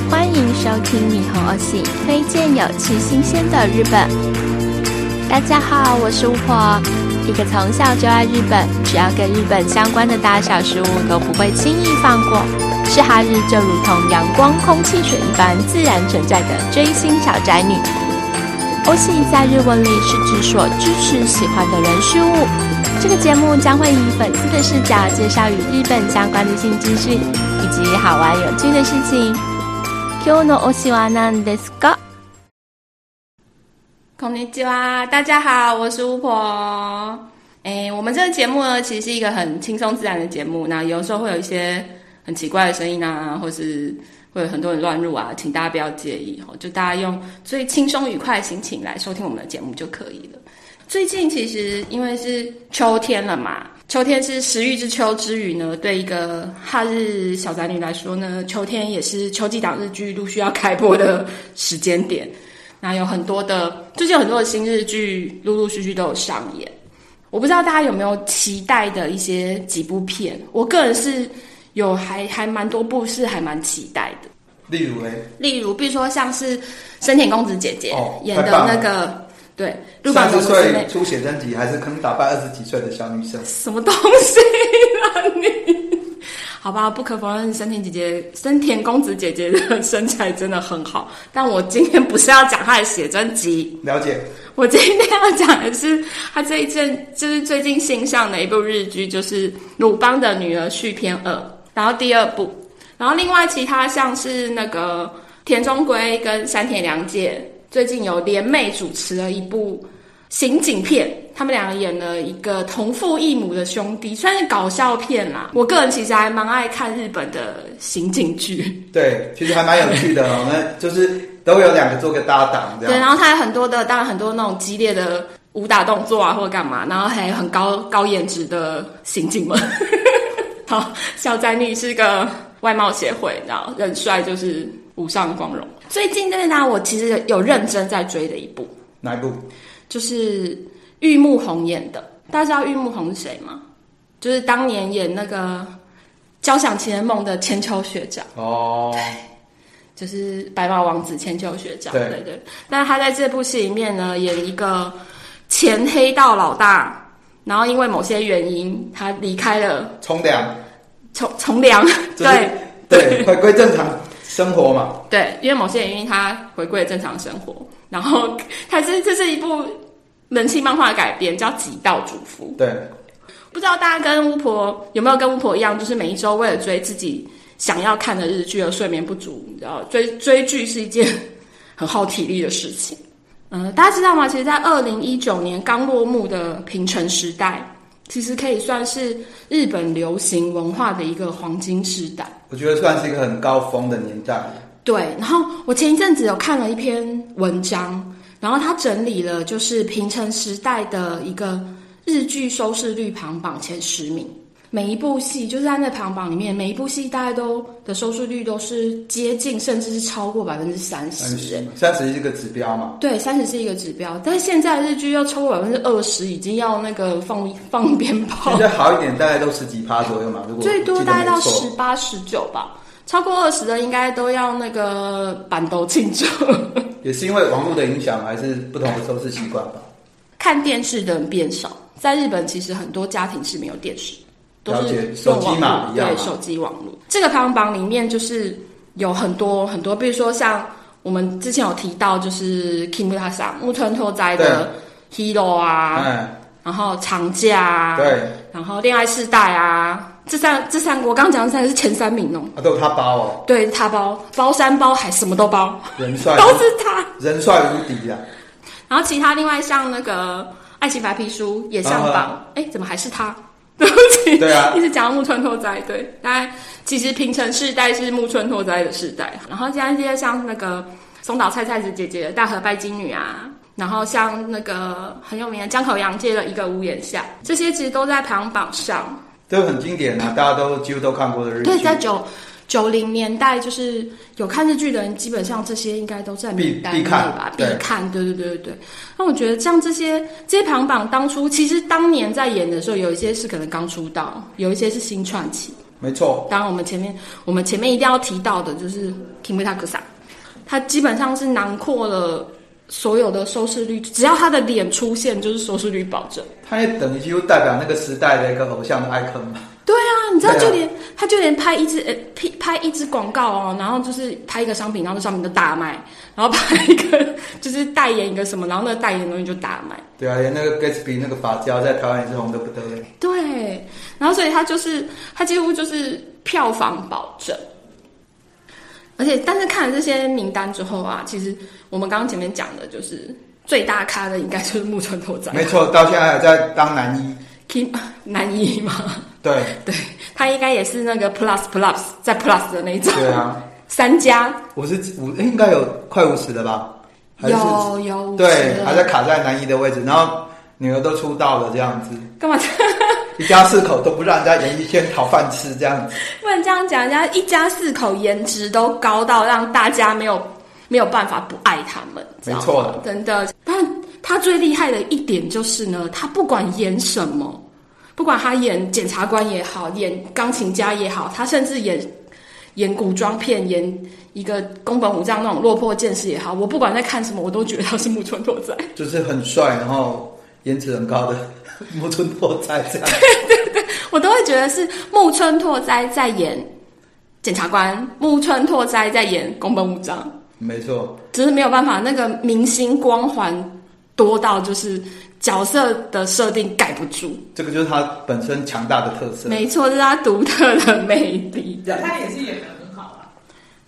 收听霓虹欧系推荐有趣新鲜的日本。大家好，我是巫婆，一个从小就爱日本，只要跟日本相关的大小事物都不会轻易放过，是哈日就如同阳光、空气、水一般自然存在的追星小宅女。欧系在日文里是指所支持、喜欢的人事物。这个节目将会以粉丝的视角介绍与日本相关的新资讯，以及好玩有趣的事情。今日の推しは何ですか？こんにちは，大家好，我是巫婆。哎，我们这个节目呢，其实是一个很轻松自然的节目。那有时候会有一些很奇怪的声音啊，或是会有很多人乱入啊，请大家不要介意哦。就大家用最轻松愉快的心情来收听我们的节目就可以了。最近其实因为是秋天了嘛，秋天是食欲之秋之余呢，对一个哈日小宅女来说呢，秋天也是秋季档日剧陆续要开播的时间点。那有很多的，最近有很多的新日剧陆陆续续都有上演。我不知道大家有没有期待的一些几部片，我个人是有还还蛮多部是还蛮期待的。例如嘞，例如，比如说像是深田恭子姐姐哦演的太棒那了个，对，入港三公十司那岁出写真集，还是可能打败二十几岁的小女生。什么东西啊你？ 好吧，不可否认，森田姐姐、森田公子姐姐的身材真的很好。但我今天不是要讲她的写真集，了解，我今天要讲的是她这一阵就是最近新上的一部日剧，就是《鲁邦的女儿》续篇二，然后第二部，然后另外其他像是那个田中圭跟山田凉介最近有联袂主持了一部刑警片，他们两个演了一个同父异母的兄弟，算是搞笑片啦。我个人其实还蛮爱看日本的刑警剧，对，其实还蛮有 趣的哦。那就是都有两个做个搭档这对，啊样。然后它有很多的，当然很多那种激烈的武打动作啊，或者干嘛，然后还有很高高颜值的刑警们。 好，小宅女是个外貌协会，然后人帅就是无上光荣。最近的呢，我其实有认真在追的一部，哪一部？就是玉木宏演的。大家知道玉木宏是谁吗？就是当年演那个《交响情人梦》的千秋学长，哦，就是白马王子千秋学长。对对对。但他在这部戏里面呢，演一个前黑道老大，然后因为某些原因，他离开了冲凉，从从良。 就是对对，回归正常生活嘛。对，因为某些原因，他回归正常生活。然后， 它是这是一部人气漫画改编，叫《极道主夫》。对，不知道大家跟巫婆有没有跟巫婆一样，就是每一周为了追自己想要看的日剧而睡眠不足，你知道追追剧是一件很耗体力的事情。 嗯、大家知道吗？其实，在二零一九年刚落幕的平成时代，其实可以算是日本流行文化的一个黄金时代。我觉得算是一个很高峰的年代。对，然后我前一阵子有看了一篇文章，然后他整理了就是平成时代的一个日剧收视率排行榜前十名，每一部戏就是在那排行榜里面，每一部戏大概都的收视率都是接近甚至是超过百分之三十。三十一个指标嘛，对，三十是一个指标，但是现在日剧要超过百分之二十，已经要那个放放鞭炮现在好一点大概都十几趴左右嘛。如果最多记得大概到没错十八、十九吧，超过二十的应该都要那个板头庆祝。也是因为网络的影响，还是不同的收视习惯吧。看电视的人变少，在日本其实很多家庭是没有电视，都了是解用手网机嘛络，一样对嘛手机网络。这个排行榜里面就是有很多很多，比如说像我们之前有提到，就是 Kimura 上木村拓哉的 Hero 啊，嗯，然后长假啊，对，然后恋爱世代啊，这三这三个我刚讲的三个是前三名哦。啊，都有他包哦，对他包包山包海什么都包，人帅都是他。人帅无敌啊。然后其他另外像那个爱情白皮书也上榜，哎、怎么还是 他？对不起，嗯对啊一直讲到木村拓哉，对，大概其实平成世代是木村拓哉的世代，然后现在现在像那个松岛菜菜子姐姐的《大和拜金女》啊，然后像那个很有名的江口洋介的《一个屋檐下》，这些其实都在排行榜上。这个很经典啊，大家都几乎都看过的日对，剧，在九九零年代，就是有看日剧的人，基本上这些应该都在必名单必内看吧，必对看。对对对对对。那我觉得像这些这些排行榜，当初其实当年在演的时候，有一些是可能刚出道，有一些是新串起。没错。当然，我们前面我们前面一定要提到的就是 Kimita k u s a 它基本上是囊括了所有的收视率，只要他的脸出现，就是收视率保证。他也等于几乎代表那个时代的一个偶像的 icon 嘛。对啊，你知道，对啊就连、他就连拍一支呃拍拍一支广告哦，然后就是拍一个商品，然后这商品就大卖，然后拍一个 就是代言一个什么，然后那个代言的东西就大卖。对啊，连那个 Gatsby 那个发胶在台湾也是红的不得了。对，然后所以他就是他几乎就是票房保证。而且，但是看了这些名单之后啊，其实我们刚刚前面讲的就是最大咖的应该就是木村拓哉，啊没错，到现在还在当男一。 Kim 男一嘛，对， 对他应该也是那个 Plus Plus 在 Plus 的那一种，对啊， 三家我是五，诶应该有快五十了吧？还是有有五十对，了还在卡在男一的位置，然后女儿都出道了这样子，干嘛？ 一家四口都不让人家演艺圈讨饭吃这样子。不能这样讲，人家一家四口颜值都高到让大家没有没有办法不爱他们，知道吗没错真的。但他最厉害的一点就是呢，他不管演什么，不管他演检察官也好，演钢琴家也好，他甚至演演古装片，演一个宫本武藏那种落魄剑士也好，我不管在看什么，我都觉得他是木村拓哉。就是很帅，然后颜值很高的木村拓哉这样。我都会觉得是木村拓哉在演检察官，木村拓哉在演宫本武藏，没错，只是没有办法，那个明星光环多到就是角色的设定盖不住。这个就是他本身强大的特色。没错，这是他独特的魅力。他也是演的很好啊，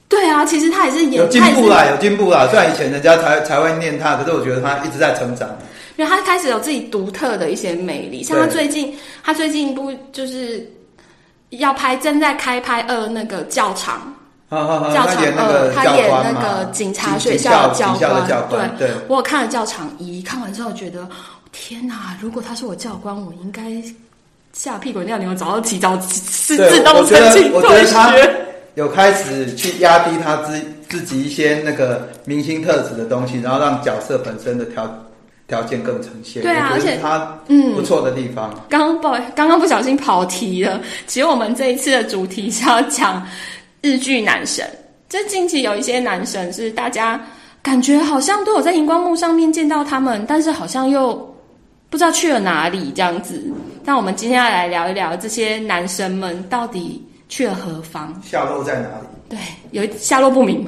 对啊，其实他也是有演进步，他啦，也是有进步啦。虽然以前人家才才会念他，可是我觉得他一直在成长。因为他开始有自己独特的一些魅力。像他对最近，他最近一部就是要拍，正在开拍二那个教场。哈哈哈， 教他场演那二个，他教演官那嘛个警察警学校的警校的教官，对对，我有看了教场一，看完之后觉得，天哪！如果他是我教官，我应该吓屁滚尿流，早到提早自对自动我觉申得请我觉得退他学。有开始去压低他自自己一些那个明星特质的东西，然后让角色本身的条条件更呈现。对啊我觉而得且是他嗯不错的地方。刚刚不好意思，刚刚不小心跑题了。其实我们这一次的主题是要讲日剧男神，这近期有一些男神是大家感觉好像都有在荧光幕上面见到他们，但是好像又不知道去了哪里这样子。那我们今天要来聊一聊这些男神们到底去了何方。下落在哪里？对，有下落不明。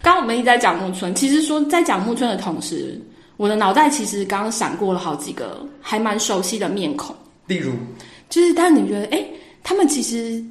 刚刚我们一直在讲木村，其实说在讲木村的同时，我的脑袋其实刚刚闪过了好几个还蛮熟悉的面孔，例如，就是但你觉得，哎，他们其实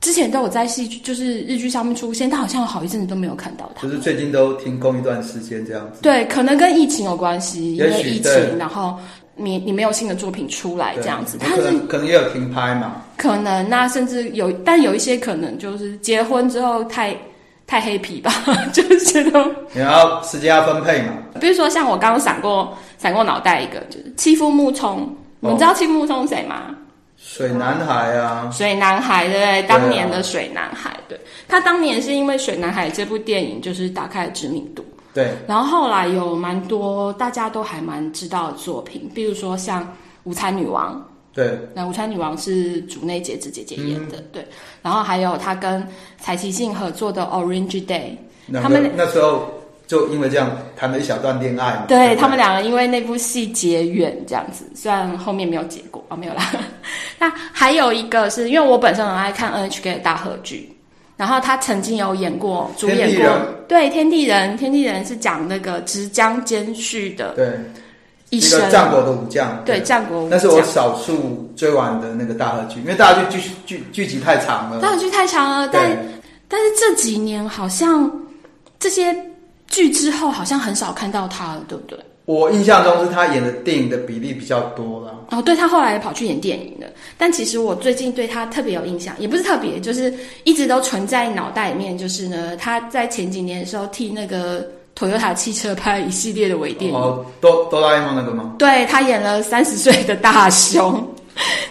之前都有在戏剧，就是日剧上面出现，但好像有好一阵子都没有看到他就。是最近都停工一段时间这样子。对，可能跟疫情有关系，因也为许疫情，对然后你你没有新的作品出来对，这样子，他是可能可能也有停拍嘛。可能那甚至有，但有一些可能就是结婚之后太太黑皮吧， 就是都然后时间要分配嘛。比如说像我刚刚闪过闪过脑袋一个，就是欺负木聪，你们哦知道欺负木聪是谁吗？水男孩啊，水男孩，对不对？当年的水男孩，对他当年是因为《水男孩》这部电影就是打开了知名度，对，然后后来有蛮多大家都还蛮知道的作品，比如说像《午餐女王》，对，嗯那《午餐女王》是竹内结子姐姐演的，对，然后还有他跟柴崎幸合作的《Orange Day 那他个们那时候就因为这样谈了一小段恋爱嘛。》，对不他们两个因为那部戏结缘这样子，虽然后面没有结果啊、哦，没有啦。 那还有一个是因为我本身很爱看 NHK 的大合剧，然后他曾经有演过主天演地过人对《天地人》，《天地人》是讲那个直江兼续的对一一生个，战国的武将，对战国武那是我将少数追完的那个大合剧，因为大合剧剧剧剧集太长了。大合剧太长了，但对，但是这几年好像这些剧之后，好像很少看到他了，对不对？我印象中是他演的电影的比例比较多啦。哦，对他后来也跑去演电影了。但其实我最近对他特别有印象，也不是特别，就是一直都存在脑袋里面。就是呢，他在前几年的时候替那个 Toyota 汽车拍了一系列的微电影，哦，哆哆啦 A 梦那个吗？对他演了三十岁的大雄，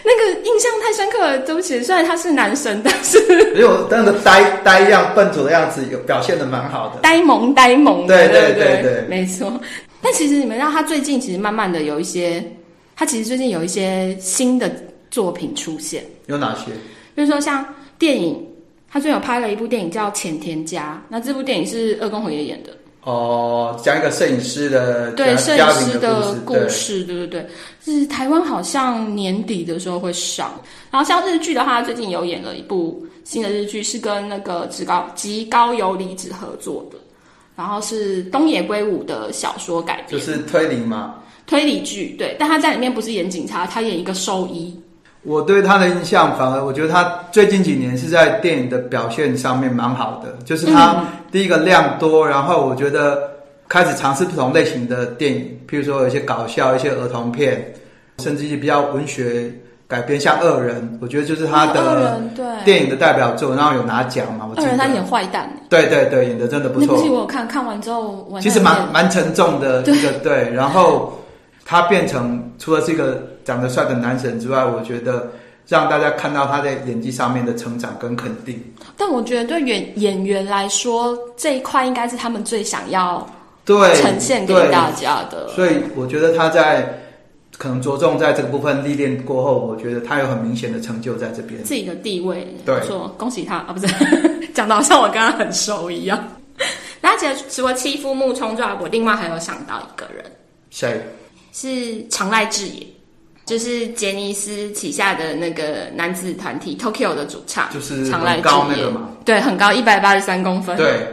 那个印象太深刻了。对不起，虽然他是男神，但是因为我那个呆呆样笨拙的样子，有表现的蛮好的。呆萌呆萌的，对不对对对没错。但其实你们知道，他最近其实慢慢的有一些，他其实最近有一些新的作品出现，有哪些？比如说像电影，他最近有拍了一部电影叫《前田家》，那这部电影是二宫和也演的，哦，讲一个摄影师的对呃家摄家影庭师的故故事，事，对对对，是台湾好像年底的时候会上。然后像日剧的话，最近有演了一部新的日剧，是跟那个职高极高游离子合作的，然后是东野圭吾的小说改对，就编，是推理嘛。推理剧，对，但他在里面不是演警察，他演一个兽医，我对他的印象，反而我觉得他最近几年是在电影的表现上面蛮好的，就是他第一个量多，然后我觉得开始尝试不同类型的电影，譬如说有一些搞笑、一些儿童片，甚至一些比较文学改编，像《恶人》，我觉得就是他二的嗯人对，电影的代表作，然后有拿奖嘛，我记二人得他演坏蛋，欸对对对，演的真的不那部错戏。我有看看完之后，晚上其实蛮有点蛮沉重的一个对，然后他变成除了是一个长得帅的男神之外，我觉得让大家看到他在演技上面的成长跟肯定。但我觉得对演演员来说，这一块应该是他们最想要对，呈现给对大家的。所以我觉得他在可能着重在这个部分历练过后，我觉得他有很明显的成就在这边。自己的地位，对说恭喜他啊，不是 讲的好像我跟他很熟一样。那其实除了欺负木冲之外，我另外还有想到一个人谁？是长濑智也，就是杰尼斯旗下的那个男子团体 Tokyo 的主唱，就是长濑很高智也那个嘛，对，很高，一百八十三公分，对，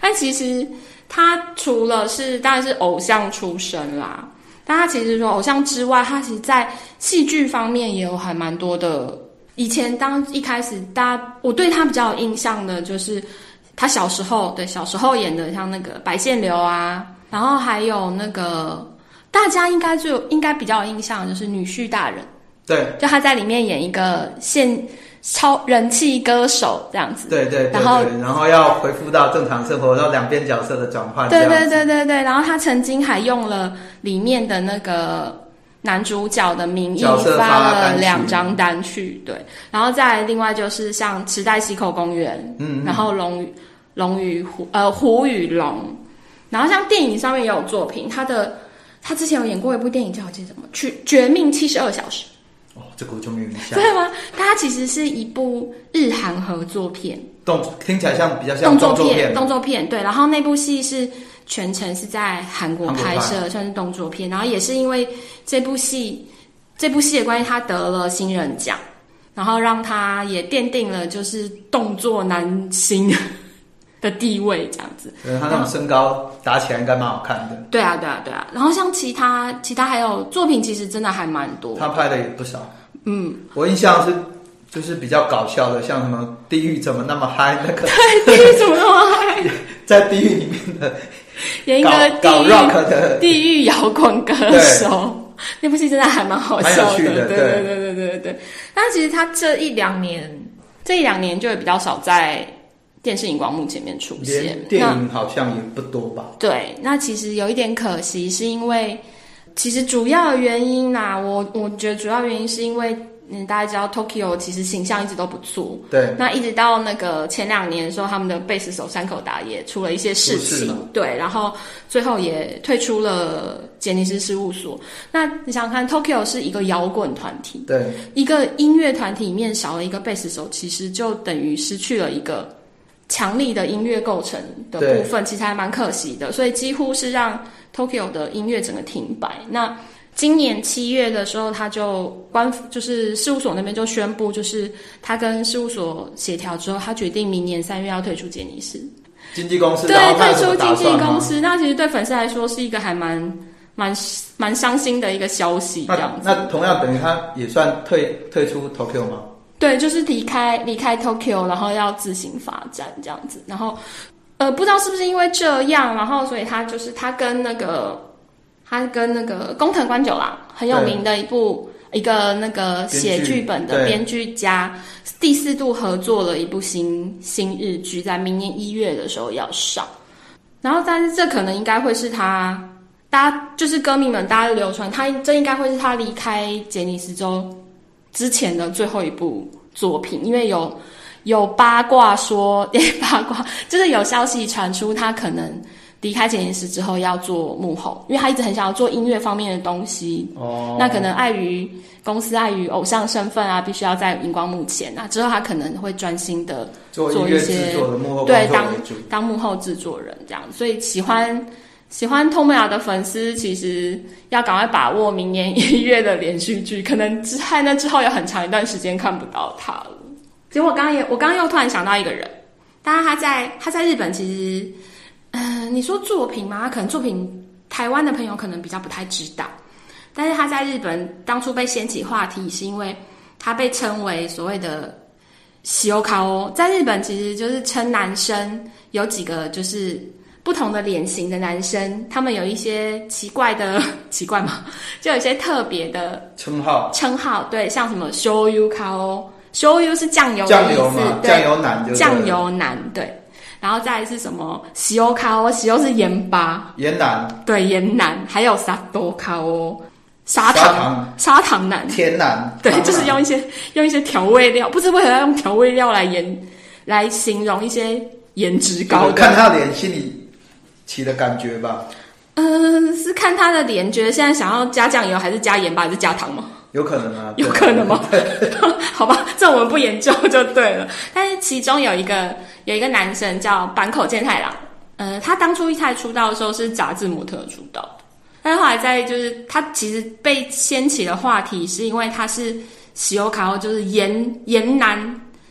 但其实他除了是当然是偶像出身啦，但他其实说偶像之外，他其实在戏剧方面也有还蛮多的。以前当一开始大家我对他比较有印象的就是他小时候对小时候演的像那个白线流啊，然后还有那个大家应该就应该比较有印象的就是女婿大人，对就他在里面演一个现超人气歌手这样子。对对对对，然后然后要恢复到正常生活，然后两边角色的转换，对啊这样对对对对，然后他曾经还用了里面的那个男主角的名义角色发了单曲两张单曲，对，然后再来另外就是像池袋西口公园，嗯，嗯然后龙与龙与虎呃虎与龙，然后像电影上面也有作品，他的他之前有演过一部电影叫我记得什么《去绝命七十二小时哦，这个我就没有印》，象。对吗？但它其实是一部日韩合作片。动听起来像比较像动作作片，动作片对。然后那部戏是全程是在韩国韩国拍摄，算是动作片。然后也是因为这部戏，这部戏的关系，他得了新人奖，然后让他也奠定了就是动作男星的地位，这样子。对他那种身高打起来应该蛮好看的，对啊，对啊，对啊。然后像其他其他还有作品，其实真的还蛮多。他拍的也不少。嗯，我印象是就是比较搞笑的，像什么《地狱怎么那么嗨》那个 地狱怎么那么嗨？在地狱里面的演一搞个搞地狱 rock 的，地狱摇滚歌手。那部戏真的还蛮好笑蛮有趣的对对对对对对对。但其实他这一两年，这一两年就会比较少在电视荧光幕前面出现连。电那影好像也不多吧？对，那其实有一点可惜，是因为其实主要的原因呐、我我觉得主要原因是因为，嗯，大家知道 Tokyo 其实形象一直都不错，对，那一直到那个前两年的时候，他们的贝斯手山口达也出了一些事出事了情，对，然后最后也退出了杰尼斯事务所。那你想想看，Tokyo 是一个摇滚团体，对，一个音乐团体里面少了一个贝斯手，其实就等于失去了一个强力的音乐构成的对部分，其实还蛮可惜的。所以几乎是让 Tokyo 的音乐整个停摆。那今年七月的时候，他就官就是事务所那边就宣布，就是他跟事务所协调之后，他决定明年三月要退出杰尼斯，经纪公司，对然后，他退有什出么经打纪算公吗？司。那其实对粉丝来说是一个还蛮蛮蛮伤心的一个消息，这样那子。那同样等于他也算退退出 Tokyo 吗？对，就是离开离开 Tokyo，然后要自行发展这样子。然后，呃，不知道是不是因为这样，然后所以他就是他跟那个他跟那个工藤官九郎很有名的一部一个那个写编剧剧本的对编剧家，第四度合作了一部新新日剧，在明年一月的时候要上。然后，但是这可能应该会是他。大家就是歌迷们，大家流传他这应该会是他离开杰尼斯州之前的最后一部作品，因为有 有八卦说，也八卦就是有消息传出他可能离开剪影师之后要做幕后，因为他一直很想要做音乐方面的东西。哦，那可能碍于公司碍于偶像身份啊，必须要在荧光幕前啊。之后他可能会专心的做音做乐一制些作的幕后工作对为当主。当幕后制作人这样。所以喜欢喜欢偷美雅的粉丝，其实要赶快把握明年一月的连续剧，可能之在那之后有很长一段时间看不到他了。结果我刚刚也我刚刚又突然想到一个人，当然他在他在日本其实，嗯、你说作品嘛，他可能作品台湾的朋友可能比较不太知道，但是他在日本当初被掀起话题，是因为他被称为所谓的喜欧卡欧，在日本其实就是称男生有几个就是不同的脸型的男生，他们有一些奇怪的 奇怪嘛，就有一些特别的称号，称号，对，像什么修 u 卡欧，修 u 哦是酱油的酱意油思嘛，，对酱油男就是酱油男，对。然后再来是什么？喜欧卡欧，喜欧是盐巴，盐男、对，盐男，还有沙多卡欧，砂砂糖糖，砂糖男，天男，对，糖就是男用一些用一些调味料，不知为何要用调味料来颜来形容一些颜值高的。我看他脸，心里起的感觉吧，嗯、是看他的脸，觉得现在想要加酱油还是加盐巴还是加糖吗？有可 能啊，有对可能吗？好吧，这我们不研究就对了。但是其中有一个有一个男生叫坂口健太郎，呃，他当初一开始出道的时候是杂志模特出道的，但是后来在就是他其实被掀起的话题是因为他是喜欧卡欧，就是盐盐男，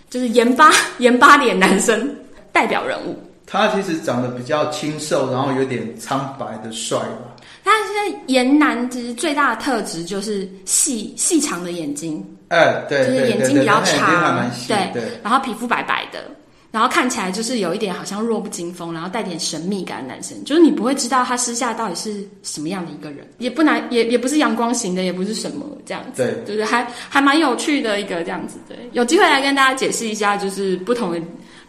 就是盐 巴盐巴脸男生代表人物。 他其实长得比较清瘦，然后有点苍白的帅吧，但是盐男其实最大的特质就是细细长的眼睛，哎，对就是对对眼睛对比较他眼睛还长蛮，细，对对，然后皮肤白白的，然后看起来就是有一点好像弱不禁风，然后带点神秘感的男生，就是你不会知道他私下到底是什么样的一个人，也不难，也也不是阳光型的，也不是什么这样子，对就是还还蛮有趣的一个这样子，对，有机会来跟大家解释一下，就是不同的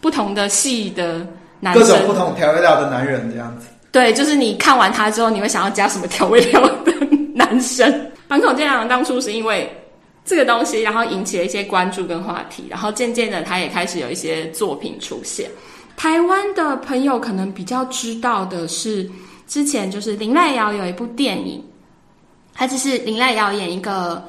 不同的系的男各生种，不同调味料的男人这样子。对，就是你看完他之后，你会想要加什么调味料的男生。 坂口健太郎当初是因为这个东西，然后引起了一些关注跟话题，然后渐渐的他也开始有一些作品出现。台湾的朋友可能比较知道的是，之前就是林濑遥有一部电影，它就是林濑遥演一个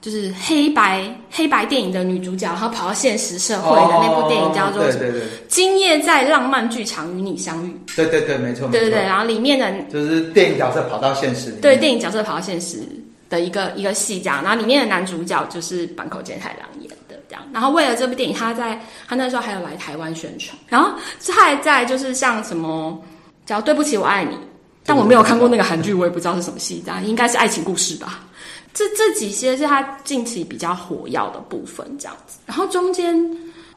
就是黑白黑白电影的女主角，然后跑到现实社会的那部电影叫做哦什么对对《今夜在浪漫剧场与你相遇》。对对对嗯对，没错，对对对，没错，然后里面的就是电影角色跑到现实里面，对电影角色跑到现实的一个一个戏这样，然后里面的男主角就是坂口健太郎演的这样，然后为了这部电影，他在他那时候还有来台湾宣传，然后他还在就是像什么叫对不起我爱你，但我没有看过那个韩剧，我也不知道是什么戏，这样应该是爱情故事吧。这这几些是他近期比较火药的部分，这样子。然后中间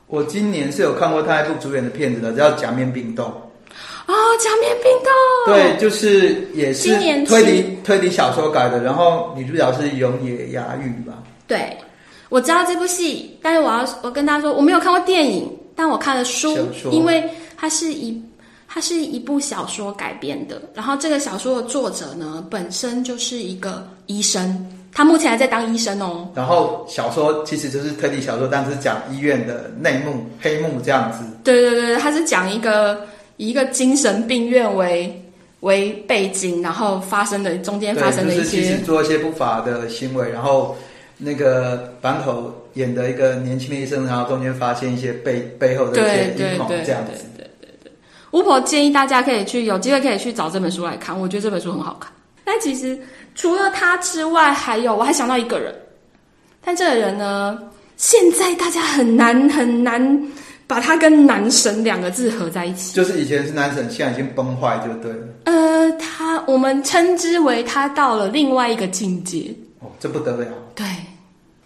我今年是有看过他一部主演的片子的，叫《假面冰冻》。啊，假面冰冻，对，就是也是今年推七理推理小说改的，然后女主角是永野芽郁吧？对，我知道这部戏，但是我要我跟大家说，我没有看过电影，但我看了书小，说因为它是一它是一部小说改编的。然后这个小说的作者呢，本身就是一个医生，他目前还在当医生哦。然后小说其实就是推理小说，但是讲医院的内幕、黑幕这样子。对对对，他是讲一个以一个精神病院为为背景，然后发生的中间发生的对，就一是其些实做一些不法的行为，然后那个坂口演的一个年轻的医生，然后中间发现一些背背后的一些对对阴谋对这样对子。对对对。巫婆建议大家可以去有机会可以去找这本书来看，我觉得这本书很好看。但其实除了他之外，还有我还想到一个人，但这个人呢，现在大家很难很难把他跟男神两个字合在一起。就是以前是男神，现在已经崩坏就对了。呃，他我们称之为他到了另外一个境界。哦，这不得了。对，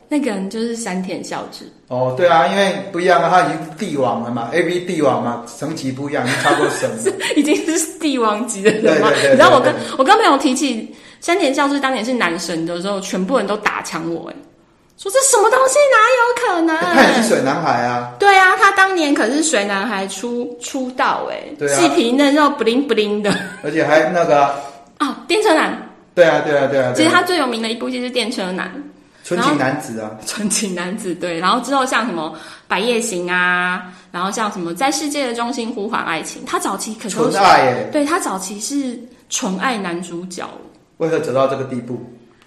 那个人就是山田孝之。哦，对啊，因为不一样啊，他已经帝王了嘛，A B 帝王嘛，层级不一样，已经超过神了。已经 是帝王级的人吗？对对对你知道我跟对对我跟朋友提起山田孝之当年是男神的时候，全部人都打枪我、哎，说这什么东西哪有可 他也是能？水男孩啊，对啊，他当年可是水男孩出出道、哎、对啊细皮嫩肉、不灵不灵的。 而且还那个啊，哦，电车男，对啊，对啊，对啊。对啊其实他最有名的一部戏是《电车男》，纯情男子啊，纯情男子对，然后之后像什么《百夜行》啊，然后像什么在世界的中心呼唤爱情，他早期可都纯是爱耶，对他早期是纯爱男主角，为何走到这个地步？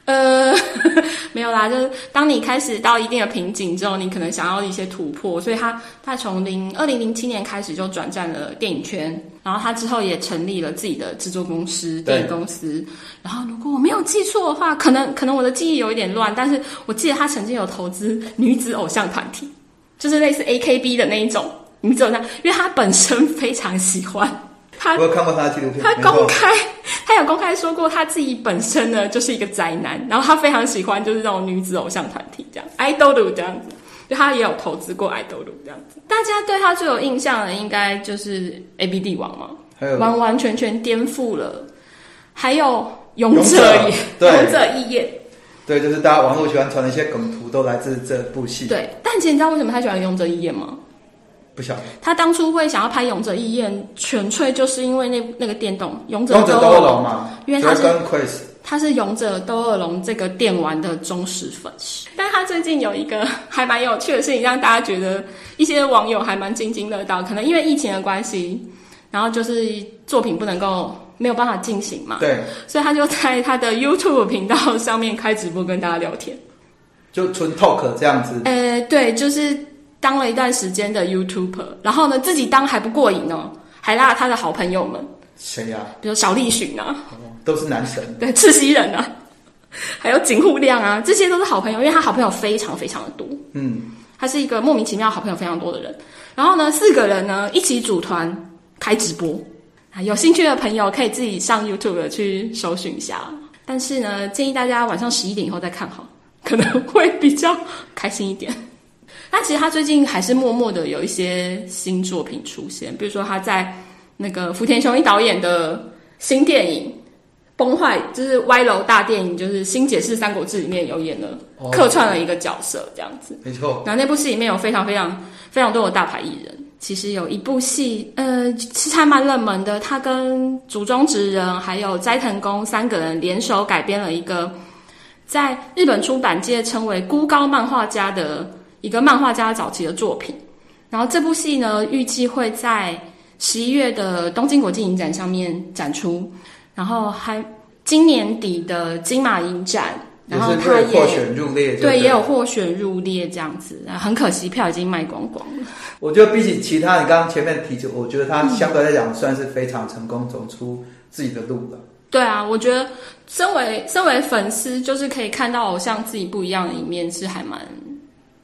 呃， 没有啦，就是当你开始到一定的瓶颈之后，你可能想要一些突破，所以他他从零二零零七年开始就转战了电影圈，然后他之后也成立了自己的制作公司对电影公司。然后如果我没有记错的话，可能可能我的记忆有一点乱，但是我记得他曾经有投资女子偶像团体，就是类似 AKB 的那一种女子偶像，因为他本身非常喜欢他我有看过他的纪录片，他没错公开，他有公开说过他自己本身呢就是一个宅男，然后他非常喜欢就是这种女子偶像团体这样，idol 这样子，就他也有投资过 idol 这样子。大家对他最有印象的应该就是 A B 帝王嘛，还有完完全全颠覆了，还有勇勇者者也对勇者义彦，对，就是大家网络喜欢传的一些梗图都来自这部戏，，对。但其实你知道为什么他喜欢勇者义彦吗？不晓得。他当初会想要拍《勇者义彦》，纯粹就是因为那那个电动《勇者勇者斗斗恶恶龙》龙嘛，因为他是主要跟 Chris 他是勇者斗恶龙这个电玩的忠实粉丝，但他最近有一个 还蛮有趣的事情，让大家觉得一些网友还蛮津津乐道。可能因为疫情的关系，然后就是作品不能够没有办法进行嘛，对，所以他就在他的 YouTube 频道上面开直播跟大家聊天。就纯 talk 这样子，呃，对，就是当了一段时间的 YouTuber，然后呢自己当还不过瘾哦，还拉了他的好朋友们，谁呀、比如小栗旬啊，都是男神，对，赤西仁啊， 还有井户亮啊，这些都是好朋友，因为他好朋友非常非常的多，嗯，他是一个莫名其妙好朋友非常多的人。然后呢，四个人呢一起组团开直播，啊，有兴趣的朋友可以自己上 YouTube 去搜寻一下。但是呢，建议大家晚上十一点以后再看好，可能会比较开心一点。那其实他最近还是默默的有一些新作品出现，比如说他在那个福田雄一导演的新电影《崩坏》，就是歪楼大电影，就是新解释《三国志》里面有演了哦客串了一个角色这样子。没错，然后那部戏里面有非常非常非常多的大牌艺人。其实有一部戏，呃，其实还蛮冷门的，他跟竹中直人还有斋藤工三个人联手改编了一个在日本出版界称为“孤高漫画家”的一个漫画家早期的作品。然后这部戏呢，预计会在十一月的东京国际影展上面展出，然后还今年底的金马影展，也然后是他被也获选入列，对，对，也有。获选入列这样子，啊很可惜票已经卖光光了。我觉得比起其他你刚刚前面提及，我觉得嗯他相对来讲算是非常成功，走出自己的路了。对啊，我觉得身为身为粉丝，就是可以看到偶像自己不一样的一面，是还蛮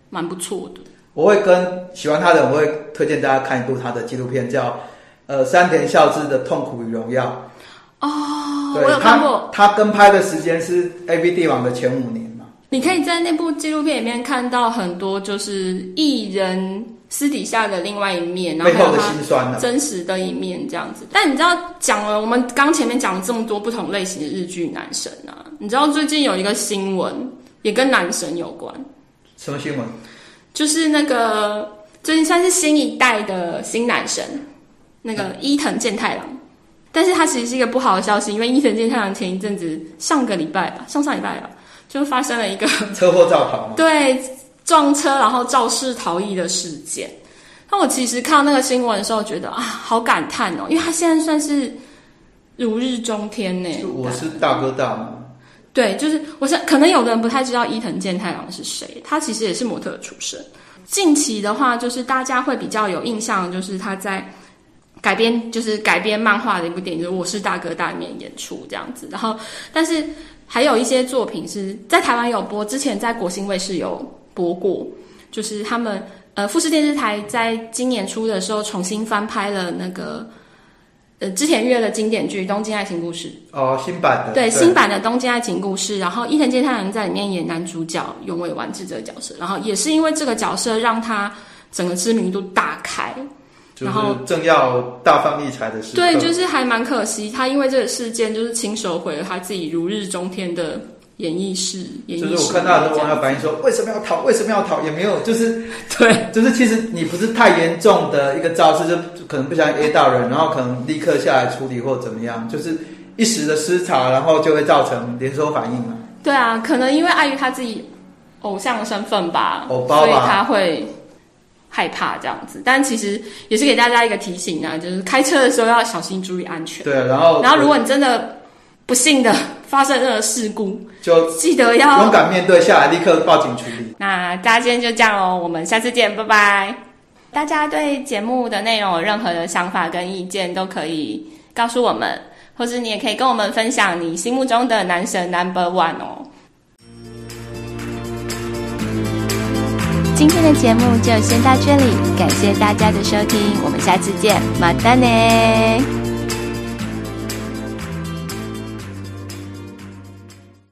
蛮不错的。我会跟喜欢他的人，我会推荐大家看一部他的纪录片，叫呃山田孝之的《痛苦与荣耀》。哦，我有对看过他，，他跟拍的时间是 A B 帝王的前五年嘛。你可以在那部纪录片里面看到很多就是艺人私底下的另外一面，然后背还后有的啊他辛酸呢、真实的一面这样子。但你知道，讲了我们刚前面讲了这么多不同类型的日剧男神啊，你知道最近有一个新闻也跟男神有关。什么新闻？就是那个最近算是新一代的新男神，那嗯个伊藤健太郎。但是他其实是一个不好的消息，因为伊藤健太郎前一阵子上个礼拜吧，上上礼拜吧，就发生了一个车祸造逃吗？ 对撞车然后肇事逃逸的事件。那我其实看到那个新闻的时候，觉得啊，好感叹哦，因为他现在算是如日中天呢。就我是大哥大嘛，对，就是我想，可能有的人不太知道伊藤健太郎是谁，他其实也是模特儿出身。近期的话，就是大家会比较有印象，就是他在改编，就是改编漫画的一部电影，就是《我是大哥大》里面演出这样子。然后，但是还有一些作品是在台湾有播，之前在国新卫视有播过，就是他们呃富士电视台在今年初的时候重新翻拍了那个呃之前约的经典剧《东京爱情故事》。哦，新版的，对新版的《东京爱情故事》，然后伊藤健太郎在里面演男主角永尾完治这个角色，然后也是因为这个角色让他整个知名度大开。就然后是正要大放异彩的时刻，对，就是还蛮可惜，他因为这个事件就是亲手毁了他自己如日中天的演艺事。演艺就事是业我看到很这多网样友反映说，为什么要逃？为什么要逃？也没有，就是 对就是，其实你不是太严重的一个肇事，就可能不小心 A 到人，然后可能立刻下来处理或怎么样，就是一时的失察，然后就会造成连锁反应嘛。对啊，可能因为碍于他自己偶像的身份吧，偶包吧所以他会害怕这样子。但其实也是给大家一个提醒啊，就是开车的时候要小心注意安全。哦对，啊然后然后如果你真的不幸的发生任何事故，就记得哦勇要。敢面对，下来立刻报警处理。那大家今天就这样哦，我们下次见，拜拜。大家对节目的内容有任何的想法跟意见，都可以告诉我们，或是你也可以跟我们分享你心目中的男神 Number One 哦。今天的节目就先到这里，感谢大家的收听，我们下次见，马丹呢。